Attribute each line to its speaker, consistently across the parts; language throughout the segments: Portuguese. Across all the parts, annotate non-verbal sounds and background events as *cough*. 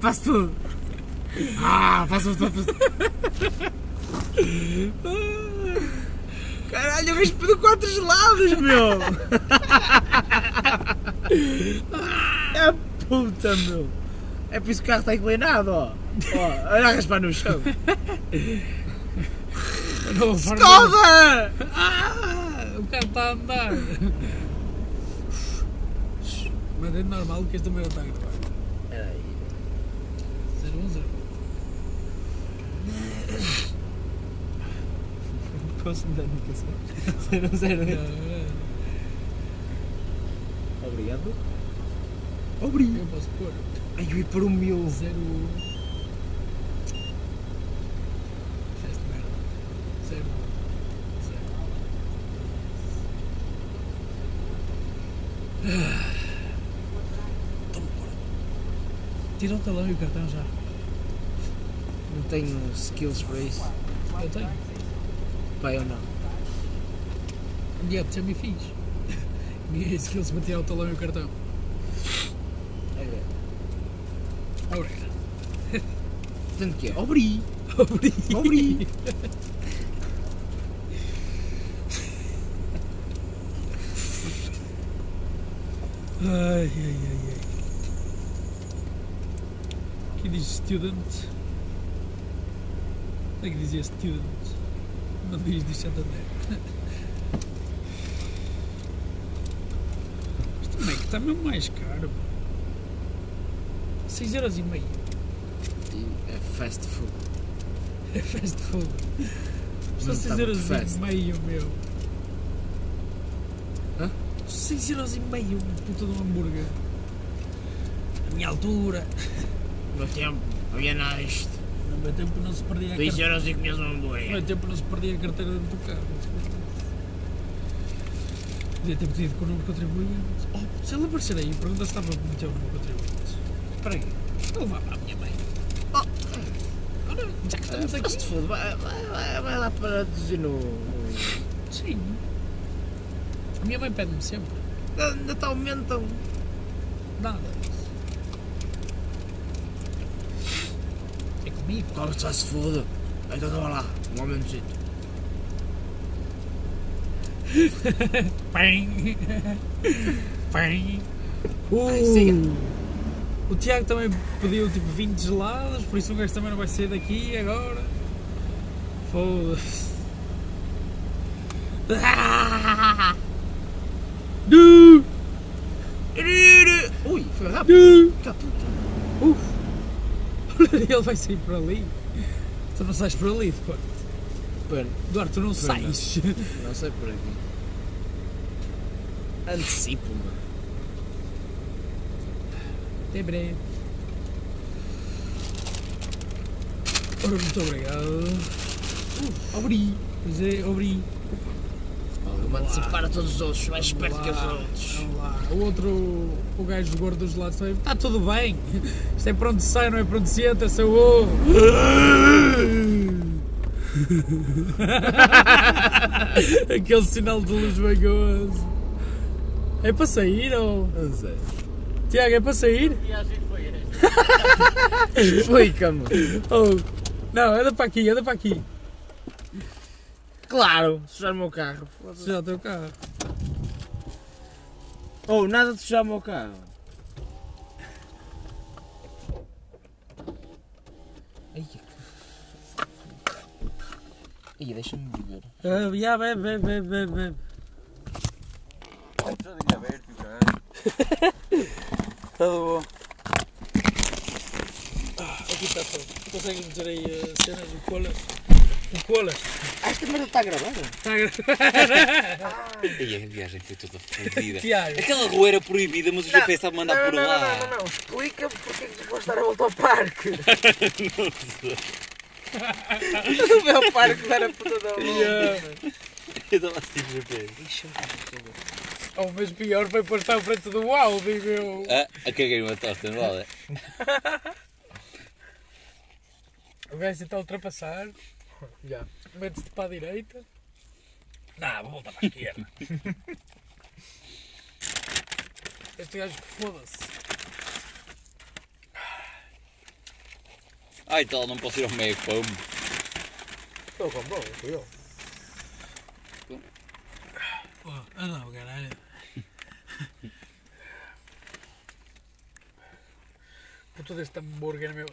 Speaker 1: Faço tudo. Ah, faço tudo. faço tudo. Caralho, eu vejo pedo quatro gelados, meu. É puta, meu. É por isso que o carro está inclinado, ó. Ó, olha a raspar no chão.
Speaker 2: Não, farda.
Speaker 1: Toda!
Speaker 2: Ah, o carro está a andar. Mas é normal que este é o meu ataque um, de quarto. 01, 01.
Speaker 1: Posso me dar indicação? Zero,
Speaker 2: É,
Speaker 1: zero.
Speaker 2: é,
Speaker 1: Obrigado. Obrigado.
Speaker 2: Eu posso pôr
Speaker 1: Ai, eu ia um para o meu.
Speaker 2: 01. Fizeste merda. 01. Tira o talão e o cartão já.
Speaker 1: Não tenho skills para isso.
Speaker 2: Eu tenho.
Speaker 1: Pai ou não?
Speaker 2: E é, já me *laughs* fiz. Ninguém disse é que eles me tirar o talão e o cartão.
Speaker 1: É.
Speaker 2: Obrigado.
Speaker 1: Tanto que é. Obri!
Speaker 2: Obrigado.
Speaker 1: Obri!
Speaker 2: Ai, ai, ai, ai. Aqui diz student. Onde é que dizia student? Não diz diz Santander. Isto também que está mesmo mais caro. 6 euros e meio.
Speaker 1: é fast food.
Speaker 2: É fast food. Só
Speaker 1: Não está
Speaker 2: 6
Speaker 1: muito
Speaker 2: euros
Speaker 1: fast.
Speaker 2: e meio, meu.
Speaker 1: Hã?
Speaker 2: 6 euros e meio, um puta de um hambúrguer. A minha altura.
Speaker 1: No tempo, havia nada isto.
Speaker 2: No meu tempo não se perdia a
Speaker 1: Dois
Speaker 2: carteira.
Speaker 1: euros e comias um
Speaker 2: No meu
Speaker 1: hambúrguer.
Speaker 2: tempo não se perdia a carteira dentro do carro. Devia ter pedido com o número de contribuinte. Oh, se ele aparecer aí, pergunta se estava a meter o número de contribuinte. Espera aí. Vou levar para a minha mãe. Ora, já que
Speaker 1: Ah,
Speaker 2: estamos aqui.
Speaker 1: fast food, vai, vai, vai, vai lá para dizer no.
Speaker 2: Sim. A minha mãe pede-me sempre.
Speaker 1: Ainda te aumentam.
Speaker 2: Nada. É comigo.
Speaker 1: Como se fast food? Então vá lá, um aumentozinho.
Speaker 2: Pem. *laughs* Pem. Uh.
Speaker 1: Ai, siga.
Speaker 2: O Tiago também pediu tipo 20 gelados, por isso o gajo também não vai sair daqui agora. Foda-se. *laughs* Du,
Speaker 1: Ui, foi rápido.
Speaker 2: du.
Speaker 1: Caputa.
Speaker 2: Uf. *laughs* Ele vai sair por ali. Tu não sais por ali, pô.
Speaker 1: Pera,
Speaker 2: Eduardo, tu não sais.
Speaker 1: não sei por aqui. Antecipo-me.
Speaker 2: Até breve. Ora, muito obrigado.
Speaker 1: Obri.
Speaker 2: Pois é, obri.
Speaker 1: Eu mando antecipar a todos os outros, mais
Speaker 2: Vamos
Speaker 1: esperto que é os
Speaker 2: lá,
Speaker 1: outros.
Speaker 2: vamos lá. O outro, o gajo gordo dos lados também. Está tudo bem. Isto é para onde sai, não é para onde se entra, seu ovo. Aquele sinal de luz vagoso. É para sair ou.
Speaker 1: Não sei.
Speaker 2: Tiago, é para sair?
Speaker 1: Explica-me.
Speaker 2: Ou. Oh, Não, anda para aqui, anda para aqui.
Speaker 1: Claro, sujar o meu carro.
Speaker 2: Já o teu carro.
Speaker 1: Ou oh, nada de sujar o meu carro. Ai, que- Ai, deixa-me beber.
Speaker 2: Ah, já, bebe, bebe, bebe, bebe, bebe.
Speaker 3: Tudo aberto, cara. Tudo bom.
Speaker 2: Aqui está tudo. Tu consegues meter aí eh, a cena do cola? O cola?
Speaker 1: Ah, esta merda está gravada?
Speaker 2: Está a gravar.
Speaker 3: E a viagem foi toda fodida.
Speaker 2: Tiago.
Speaker 3: Aquela rua era proibida, mas o GPS estava a mandar por
Speaker 1: não,
Speaker 3: *laughs* lá.
Speaker 1: Não, não, não. Explica-me porque é que vou estar a voltar ao parque. o meu parque não era puta da
Speaker 3: Eu estava assim, GPS.
Speaker 2: Ou mas É pior foi pôr estar à frente do uau, digo eu.
Speaker 3: Ah, a caguei uma torta, não vale?
Speaker 2: O gajo tenta ultrapassar,
Speaker 1: Já.
Speaker 2: metes-te para a direita. Não, vou voltar para a esquerda. este gajo que foda-se.
Speaker 3: Ai tal, não posso ir ao meio, pão.
Speaker 4: Ele comprou, fui eu.
Speaker 2: Pô, ah não, caralho. Puto deste hambúrguer, meu.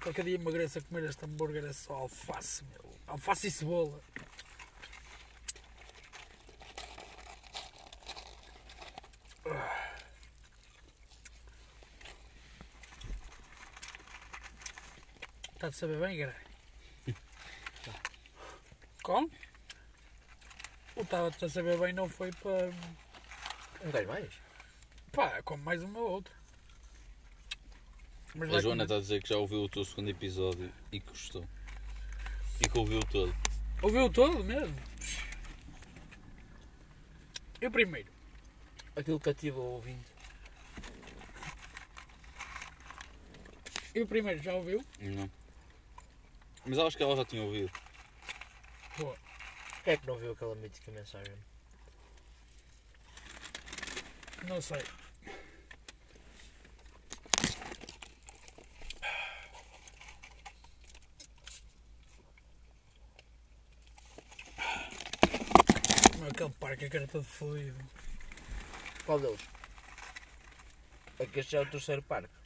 Speaker 2: Qualquer dia emagreço a comer este hambúrguer é só alface, meu. Alface e cebola. Está-te a Tá saber bem, caralho? Como? O estava-te a saber bem não foi para...
Speaker 4: Não tens mais?
Speaker 2: Pá, é como mais uma ou outra. Mas
Speaker 3: A
Speaker 2: vai comer.
Speaker 3: Joana está a dizer que já ouviu o teu segundo episódio e que gostou. E que ouviu todo.
Speaker 2: Ouviu todo mesmo? Eu primeiro.
Speaker 4: Aquilo cativa o ouvinte.
Speaker 2: Eu primeiro já ouviu?
Speaker 3: Não. Mas acho que ela já tinha ouvido.
Speaker 4: Quem é que não viu aquela mítica mensagem?
Speaker 2: Não sei. Meu, Aquele parque é que era todo fodido.
Speaker 4: Qual deles? É que este já é o terceiro parque.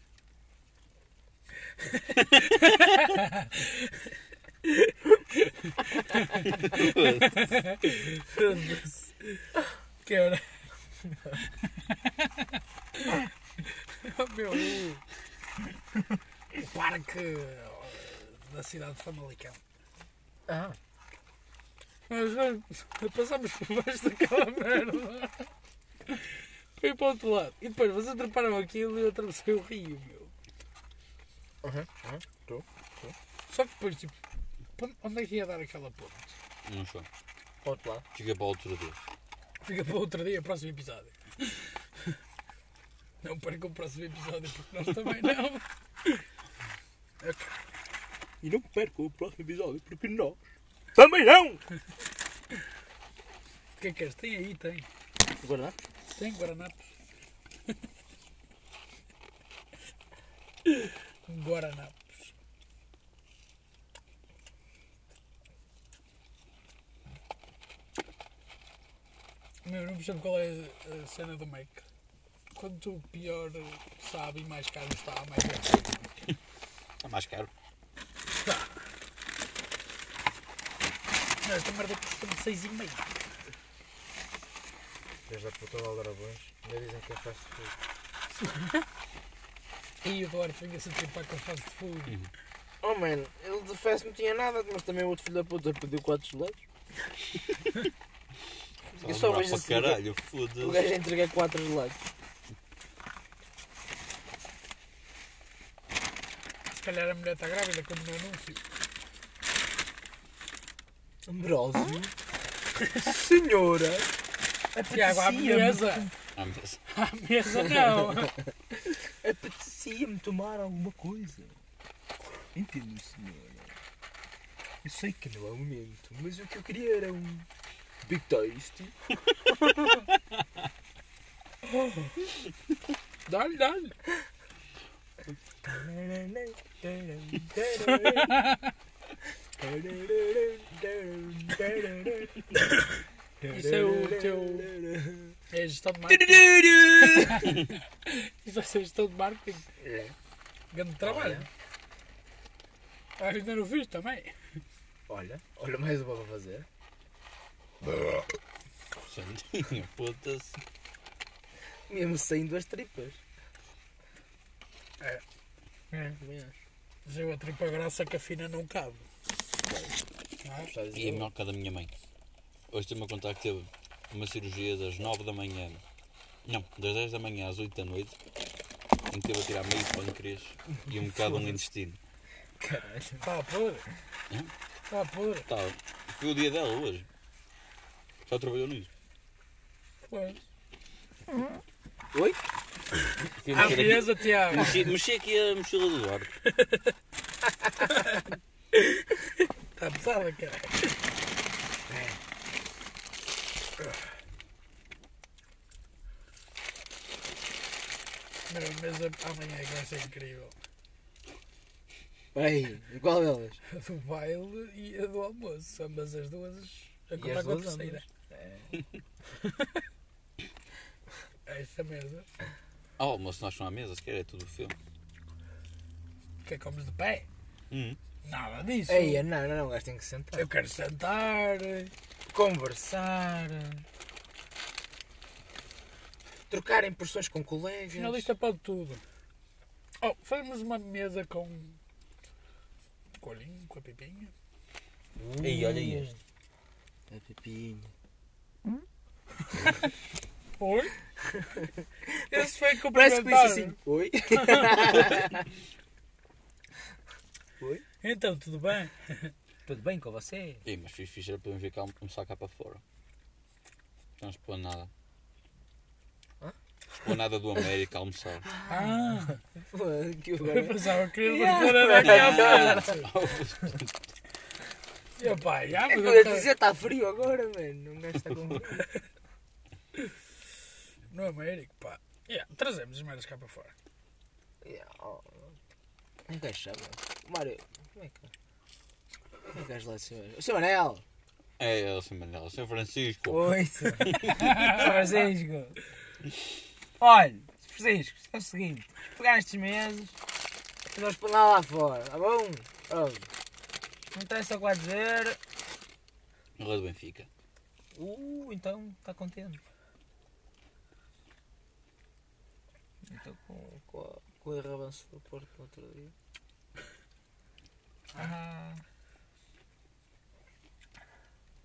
Speaker 2: Que era? Oh, meu, o o parque eh, da cidade de Famalicão.
Speaker 4: Ah,
Speaker 2: Nós já passámos eh, por baixo daquela merda. Foi para o outro lado. E depois vocês atraparam aquilo e eu atravessei o rio, meu.
Speaker 4: aham, aham.
Speaker 2: Só que depois, tipo, pon- onde é que ia dar aquela ponte?
Speaker 3: Não foi.
Speaker 4: Para outro lado.
Speaker 3: Fica para outro dia.
Speaker 2: Fica para outro dia, próximo episódio. Não percam o próximo episódio, porque nós também não. Ok.
Speaker 3: E não perca o próximo episódio, porque não.
Speaker 4: Também não!
Speaker 2: O que é que queres? Tem aí, tem.
Speaker 4: Guardar?
Speaker 2: Tem Guaranapos. Guaranapos. Meu, não percebo qual é a- a cena do make. Quanto pior sabe e mais caro está, mais é.
Speaker 3: Está mais caro.
Speaker 2: Não, esta merda custa-me 6,5.
Speaker 4: Desde a puta de Algarabões, ainda dizem que é fast food.
Speaker 2: E o Duarte vinha-se a tripar com a fase de fogo.
Speaker 4: Oh man, ele de festa não tinha nada, mas também o outro filho da puta pediu 4 geleitos.
Speaker 3: Está a
Speaker 4: só
Speaker 3: dobrar
Speaker 4: vejo
Speaker 3: para
Speaker 4: esse lugar.
Speaker 3: um caralho,
Speaker 4: O
Speaker 3: foda-se.
Speaker 4: gajo entrega 4 geleitos.
Speaker 2: Se calhar a mulher está grávida, como no anúncio.
Speaker 4: Ambrósio? Senhora!
Speaker 2: Tiago, à mesa!
Speaker 3: Ah, mas- *laughs*
Speaker 2: À mesa não!
Speaker 4: Apetecia-me tomar alguma coisa. Entendo, senhora. Eu sei que não é o momento, mas o que eu queria era um Big Tasty.
Speaker 2: Dá-lhe, dá-lhe. Isso é o teu- É gestão de marketing. Isso vai ser gestão de marketing.
Speaker 4: É.
Speaker 2: Grande trabalho. Ah, ainda não fiz também.
Speaker 4: Olha, olha mais uma para fazer.
Speaker 3: Santinho, puta-se.
Speaker 4: Mesmo saindo as tripas.
Speaker 2: É.
Speaker 4: É, também acho.
Speaker 2: Mas eu a tripa grossa que a fina não cabe. Não
Speaker 4: Sabes,
Speaker 3: E a
Speaker 4: eu-
Speaker 3: melhor que a da minha mãe. Hoje teve-me a contar que teve uma cirurgia das 9 da manhã. Não, das 10 da manhã às 8 da noite. Em que teve a tirar meio pâncreas e um bocado de um intestino.
Speaker 4: Caralho.
Speaker 2: Está a podre.
Speaker 3: Hum?
Speaker 2: Está a podre.
Speaker 3: Tá, foi o dia dela hoje. Já trabalhou nisso.
Speaker 2: Pois.
Speaker 3: Oi?
Speaker 2: À
Speaker 3: Mexi,
Speaker 2: mesa, Tiago.
Speaker 3: mexi, mexi aqui a mochila do Duarte.
Speaker 2: Está pesada, cara. É. Meu, mas a- amanhã é que vai ser incrível.
Speaker 1: Peraí, e qual delas?
Speaker 2: A do baile e a do almoço. Ambas as duas a
Speaker 4: E
Speaker 2: contar
Speaker 4: as
Speaker 2: com a É.
Speaker 4: duas
Speaker 2: terceira. *laughs* Esta É merda.
Speaker 3: Ah, almoço nós não há mesa, sequer é tudo filme.
Speaker 2: Que é comes de pé?
Speaker 3: Hum.
Speaker 2: Nada disso.
Speaker 4: Ei, é. não, não, não, o gajo tem que sentar.
Speaker 2: Eu quero sentar.
Speaker 4: Conversar. Trocar impressões com colegas.
Speaker 2: Finalista pode tudo. Oh, fazemos uma mesa com. com olhinho, com a pipinha.
Speaker 4: Ui,
Speaker 3: Ei, olha aí.
Speaker 4: A pepinha.
Speaker 2: *laughs* Oi? Esse foi
Speaker 4: Parece que
Speaker 2: cumprimentar.
Speaker 4: disse assim. Oi?
Speaker 2: Então, tudo bem?
Speaker 4: Tudo bem com você?
Speaker 3: Ei, mas fiz fixe era podemos vir cá almoçar cá para fora. Não expor nada. Expor nada do América almoçar.
Speaker 2: Ah,
Speaker 4: Que
Speaker 2: eu
Speaker 4: agora...
Speaker 2: pensava que ele *laughs*
Speaker 4: Yeah.
Speaker 2: era
Speaker 3: Ah,
Speaker 4: *laughs*
Speaker 2: da
Speaker 3: não.
Speaker 2: E pá, já,
Speaker 4: É que
Speaker 2: mas
Speaker 4: eu ia
Speaker 2: eu quero-
Speaker 4: dizer, está frio agora, mano. Um gajo está com frio.
Speaker 2: No Américo, pá. Yeah, trazemos as merdas cá para fora.
Speaker 4: Yeah, oh. Um gajo sabe. Mário, como é que. Como é que gajo lá se chama? O seu Manel!
Speaker 3: é, é o São Manuel, São Francisco.
Speaker 4: Oito! Francisco! Olha, Francisco, é o seguinte: pegar estes meses e nós pôr lá lá fora, tá bom? Olha, não tem só a dizer.
Speaker 3: Lá do Benfica.
Speaker 4: Uh, então está contente. Então com, com, a- com o erro avanço do Porto no outro dia. Ah.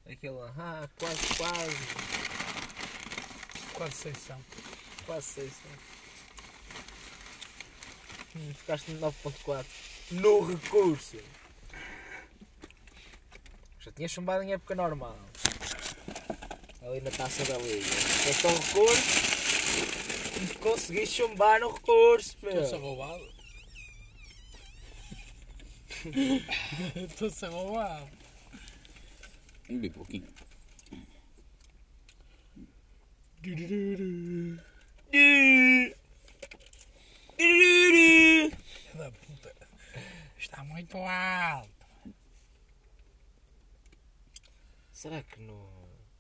Speaker 4: Aquele ah, quase, quase,
Speaker 2: Quase sessão.
Speaker 4: quase 6. Hum, ficaste no 9.4. No recurso. Já tinha chumbado em época normal. Ali na taça da liga. Foste ao recurso. e Conseguiste chumbar no recurso, meu.
Speaker 2: Estou-se *laughs* roubado. Estou-se roubado.
Speaker 3: Um bi pouquinho.
Speaker 2: Filho da puta. Está muito alto.
Speaker 4: Será que no,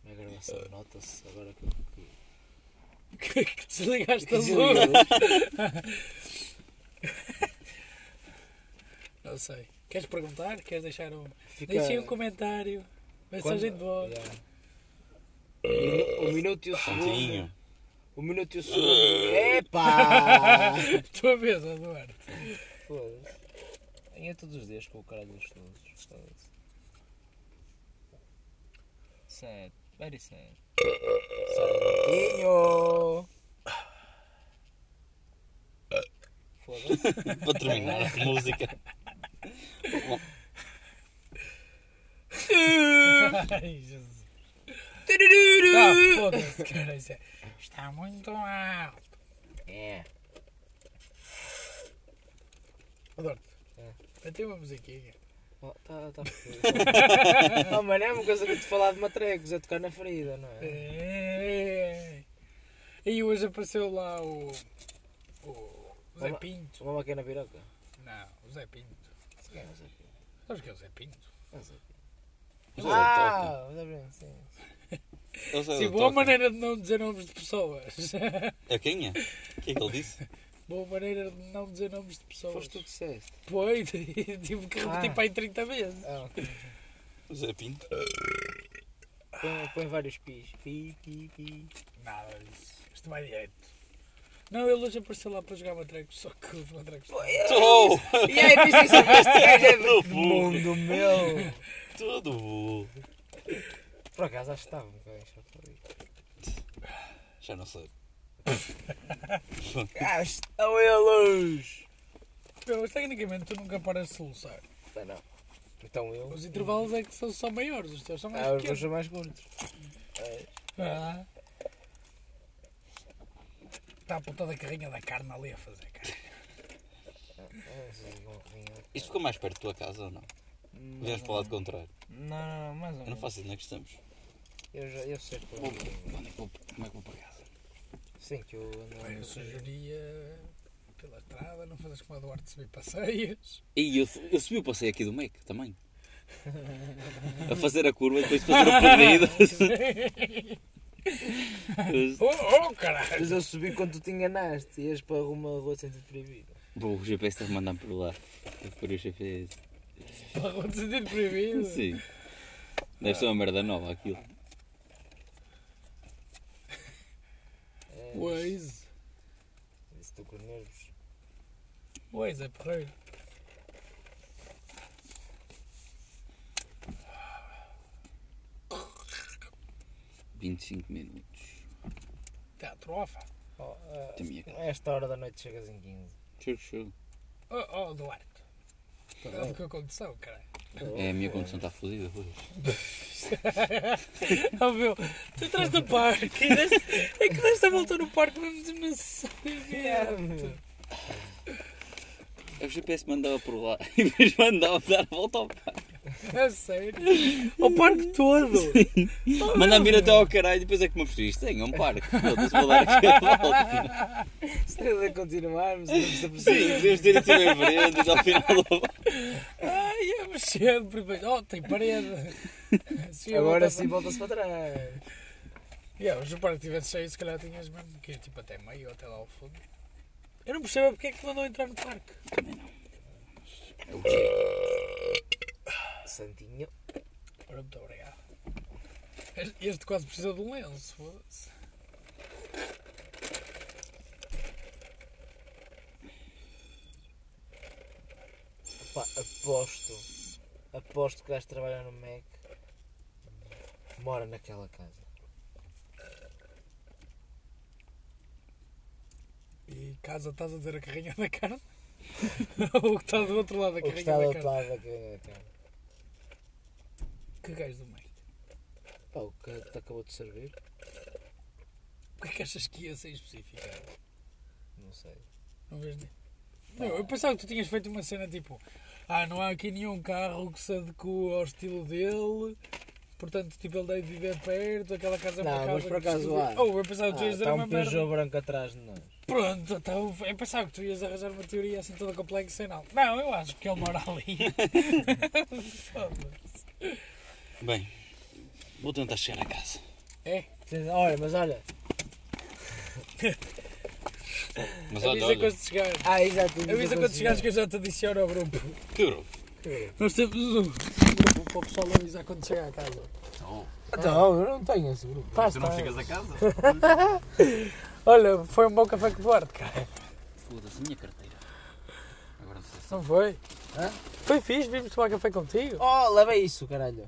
Speaker 4: na gravação nota-se agora que eu.
Speaker 2: *laughs*
Speaker 4: que-
Speaker 2: Que, é que desligaste
Speaker 4: que
Speaker 2: a luz?
Speaker 4: desliguei?
Speaker 2: Não sei. Queres perguntar? Queres deixar um.
Speaker 4: Fica-
Speaker 2: Deixem um comentário. Mensagem de voz.
Speaker 4: Yeah. O minuto e o segundo.
Speaker 3: Santinho.
Speaker 4: O minuto e o segundo. *laughs* Epá!
Speaker 2: *laughs* Estou a ver, Eduardo.
Speaker 4: Foda-se. Em é todos os dias com o caralho dos todos. Foda-se. Sad. Very sad. Sadinho! Foda-se.
Speaker 3: Para terminar a música.
Speaker 2: *laughs* Ai, Jesus. Ah, foda-se, cara. isso é- Está muito alto.
Speaker 4: É.
Speaker 2: Eduardo.
Speaker 4: É.
Speaker 2: Até uma musiquinha.
Speaker 4: Oh, tá, tá foda. *laughs* oh, mano, é uma coisa que eu te falar de matrecos, é tocar na ferida, não é?
Speaker 2: Ei. É. E hoje apareceu lá o. O Zé
Speaker 4: Olá.
Speaker 2: Pinto.
Speaker 4: Uma máquina piroca.
Speaker 2: Não, o Zé Pinto.
Speaker 4: Quem é o Zé Pinto?
Speaker 2: Sabes quem é o Zé Pinto?
Speaker 4: Não sei.
Speaker 3: Mas é ele toca.
Speaker 4: Ah, o Zé Pinto, sim.
Speaker 3: Ele só
Speaker 2: Sim,
Speaker 3: ele
Speaker 2: boa
Speaker 3: toca.
Speaker 2: maneira de não dizer nomes de pessoas. *laughs*
Speaker 3: É quem é? O que é que ele *laughs* disse?
Speaker 2: boa maneira de não dizer nomes de pessoas.
Speaker 4: Foste tu que disseste.
Speaker 2: Pois, *laughs* tive que repetir
Speaker 4: Ah.
Speaker 2: para aí 30 vezes.
Speaker 4: Ah,
Speaker 3: O Zé Pinto.
Speaker 4: põe, põe vários pis. Pi, pi, pi.
Speaker 2: Nada disso. Isto vai direto. Não, ele hoje apareceu lá para jogar matrecos, só que os matrecos.
Speaker 3: Tô!
Speaker 4: E aí, viste isso? Este gajo é do
Speaker 3: Todo burro.
Speaker 4: mundo, meu.
Speaker 3: *laughs* Todo burro.
Speaker 4: Por acaso, acho que estava um bocadinho chapado.
Speaker 3: Já não sei.
Speaker 4: Ah, estão eles.
Speaker 2: Mas tecnicamente tu nunca paras de soluçar.
Speaker 4: Não, não. Então eu.
Speaker 2: Os intervalos é que são só maiores, os teus são mais
Speaker 4: Ah, os
Speaker 2: pequenos.
Speaker 4: meus são mais curtos.
Speaker 2: Ah. Está Tá, a puta da carrinha da carne ali a fazer, cara.
Speaker 4: Ah, vocês ligam a rinha.
Speaker 3: Isto ficou mais perto da tua casa ou não? Viemos para o lado contrário.
Speaker 4: Não, não, não, mais
Speaker 3: Eu
Speaker 4: ou
Speaker 3: não
Speaker 4: menos.
Speaker 3: faço ideia onde é que estamos.
Speaker 4: Eu, já, eu sei que
Speaker 3: Vou-
Speaker 4: eu.
Speaker 3: Onde é que vou- Como é que vou para casa?
Speaker 4: Sim, que eu ando.
Speaker 2: Bem, eu sugeria. Pela, tá estrada, não fazes como a Duarte subir passeias.
Speaker 3: E eu, eu subi o passeio aqui do MEC também. A fazer a curva, depois de fazer a corrida.
Speaker 2: Oh, oh caralho!
Speaker 4: Mas eu subi quando tu te enganaste. Ias para uma rua de sentido proibido.
Speaker 3: Bom, o GPS está a mandar por lá. Por o GPS.
Speaker 2: Barrou de sentido proibido.
Speaker 3: Sim. Deve ser uma merda nova aquilo.
Speaker 2: Waze.
Speaker 4: Disse tu É, com os nervos.
Speaker 2: Waze é porreiro. Hum.
Speaker 3: 25 minutos.
Speaker 2: Tá, trofa.
Speaker 4: Oh, ah,
Speaker 3: Da minha casa.
Speaker 4: a esta hora da noite chegas em 15.
Speaker 3: Chego, chego.
Speaker 2: Oh, oh Duarte. Cuidado com a condução, caralho. *laughs*
Speaker 3: É, a minha condição está fodida hoje.
Speaker 2: Oh meu, tu estás no parque. e deste- É que desta volta no parque mesmo desnecessariamente.
Speaker 3: É, O GPS mandava por lá *laughs* e depois mandava dar a volta ao parque.
Speaker 2: É sério. O parque todo.
Speaker 3: Mandava vir até ao caralho e depois é que me apercebi. Isto tem um parque. Foda-se, vou dar aqui a *laughs* volta.
Speaker 4: Se a continuarmos, não se
Speaker 3: Sim, podemos ter ido em frente até ao final do
Speaker 2: Ai, é mexendo primeiro. Oh, tem
Speaker 4: *laughs*
Speaker 2: parede. Se eu
Speaker 4: Agora
Speaker 2: voltasse-
Speaker 4: sim volta-se para trás.
Speaker 2: Yeah, mas se o parque estivesse cheio, se calhar tinhas mesmo que ir tipo até meio ou até lá ao fundo. Eu não percebo é porque é que te mandou entrar no parque.
Speaker 4: Santinho.
Speaker 2: Ora, muito obrigado. Este- Este quase precisa de um lenço, foda-se.
Speaker 4: Pá, aposto. Aposto que o gajo que trabalha no Mac. Mora naquela casa.
Speaker 2: E casa estás a dizer a carrinha da carne? *laughs* Ou que está do outro lado da
Speaker 4: Ou que
Speaker 2: carrinha
Speaker 4: está do
Speaker 2: da
Speaker 4: outro
Speaker 2: carne?
Speaker 4: lado da cadeira da casa.
Speaker 2: Que gajo do meio.
Speaker 4: Pá, o que te acabou de servir?
Speaker 2: O que é que achas que ia ser específico?
Speaker 4: Não sei.
Speaker 2: Não vês nem? Não, eu pensava que tu tinhas feito uma cena tipo: Ah, não há aqui nenhum carro que se adequa ao estilo dele, portanto, tipo, ele deve viver perto, aquela casa é
Speaker 4: Não,
Speaker 2: uma casa.
Speaker 4: mas por
Speaker 2: que se
Speaker 4: acaso
Speaker 2: usa-"
Speaker 4: há.
Speaker 2: Oh, eu pensava que tu
Speaker 4: Ah,
Speaker 2: ias dizer
Speaker 4: está
Speaker 2: uma
Speaker 4: um
Speaker 2: merda.
Speaker 4: Peugeot branco atrás de nós.
Speaker 2: Pronto, então, eu pensava que tu ias arranjar uma teoria assim toda complexa e não. Não, eu acho que ele mora ali. *laughs* Foda-se.
Speaker 3: Bem, vou tentar chegar a casa.
Speaker 2: é,
Speaker 4: Sim, Olha, mas olha.
Speaker 3: Mas olha,
Speaker 2: avisa
Speaker 3: olha,
Speaker 2: quando chegares.
Speaker 4: Ah, exato.
Speaker 2: Avisa quando chegares que eu já te adiciono ao grupo.
Speaker 3: que grupo?
Speaker 2: Nós temos um grupo para o pessoal avisar quando chegar a casa. Então,
Speaker 4: Não, eu não tenho esse grupo.
Speaker 2: Pá,
Speaker 5: Oh, Tu não
Speaker 2: está.
Speaker 5: chegas a casa?
Speaker 2: Olha, foi um bom café com o Duarte, cara.
Speaker 3: Foda-se, minha carteira. Agora não sei se...
Speaker 2: Não foi? Foi fixe, vimos tomar café contigo.
Speaker 4: Oh, leva isso, caralho.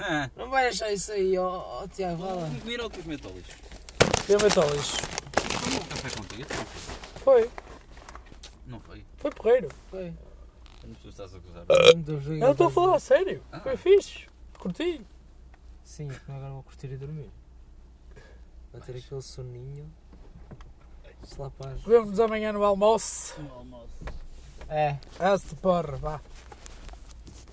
Speaker 3: Ah,
Speaker 4: Não vai achar isso aí, ó oh, Tiago, vá lá.
Speaker 3: vou comer ou comer metólicos?
Speaker 2: Eu meto ao lixo.
Speaker 3: Tomou um café contigo?
Speaker 2: Foi,
Speaker 3: Não foi?
Speaker 2: foi porreiro.
Speaker 4: Foi.
Speaker 3: Como tu estás a gozar?
Speaker 2: Eu estou a falar a sério. Foi fixe. Curti.
Speaker 4: Sim, então agora vou curtir e dormir. Vou ter aquele soninho. Se lá paz.
Speaker 2: Vemo-nos amanhã no almoço.
Speaker 4: É,
Speaker 2: Ah-se porra, vá.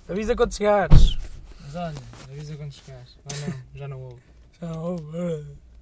Speaker 2: Avisa quando chegares.
Speaker 4: mas olha, avisa quando chegares. Ah não, já não ouve.
Speaker 2: Tchau.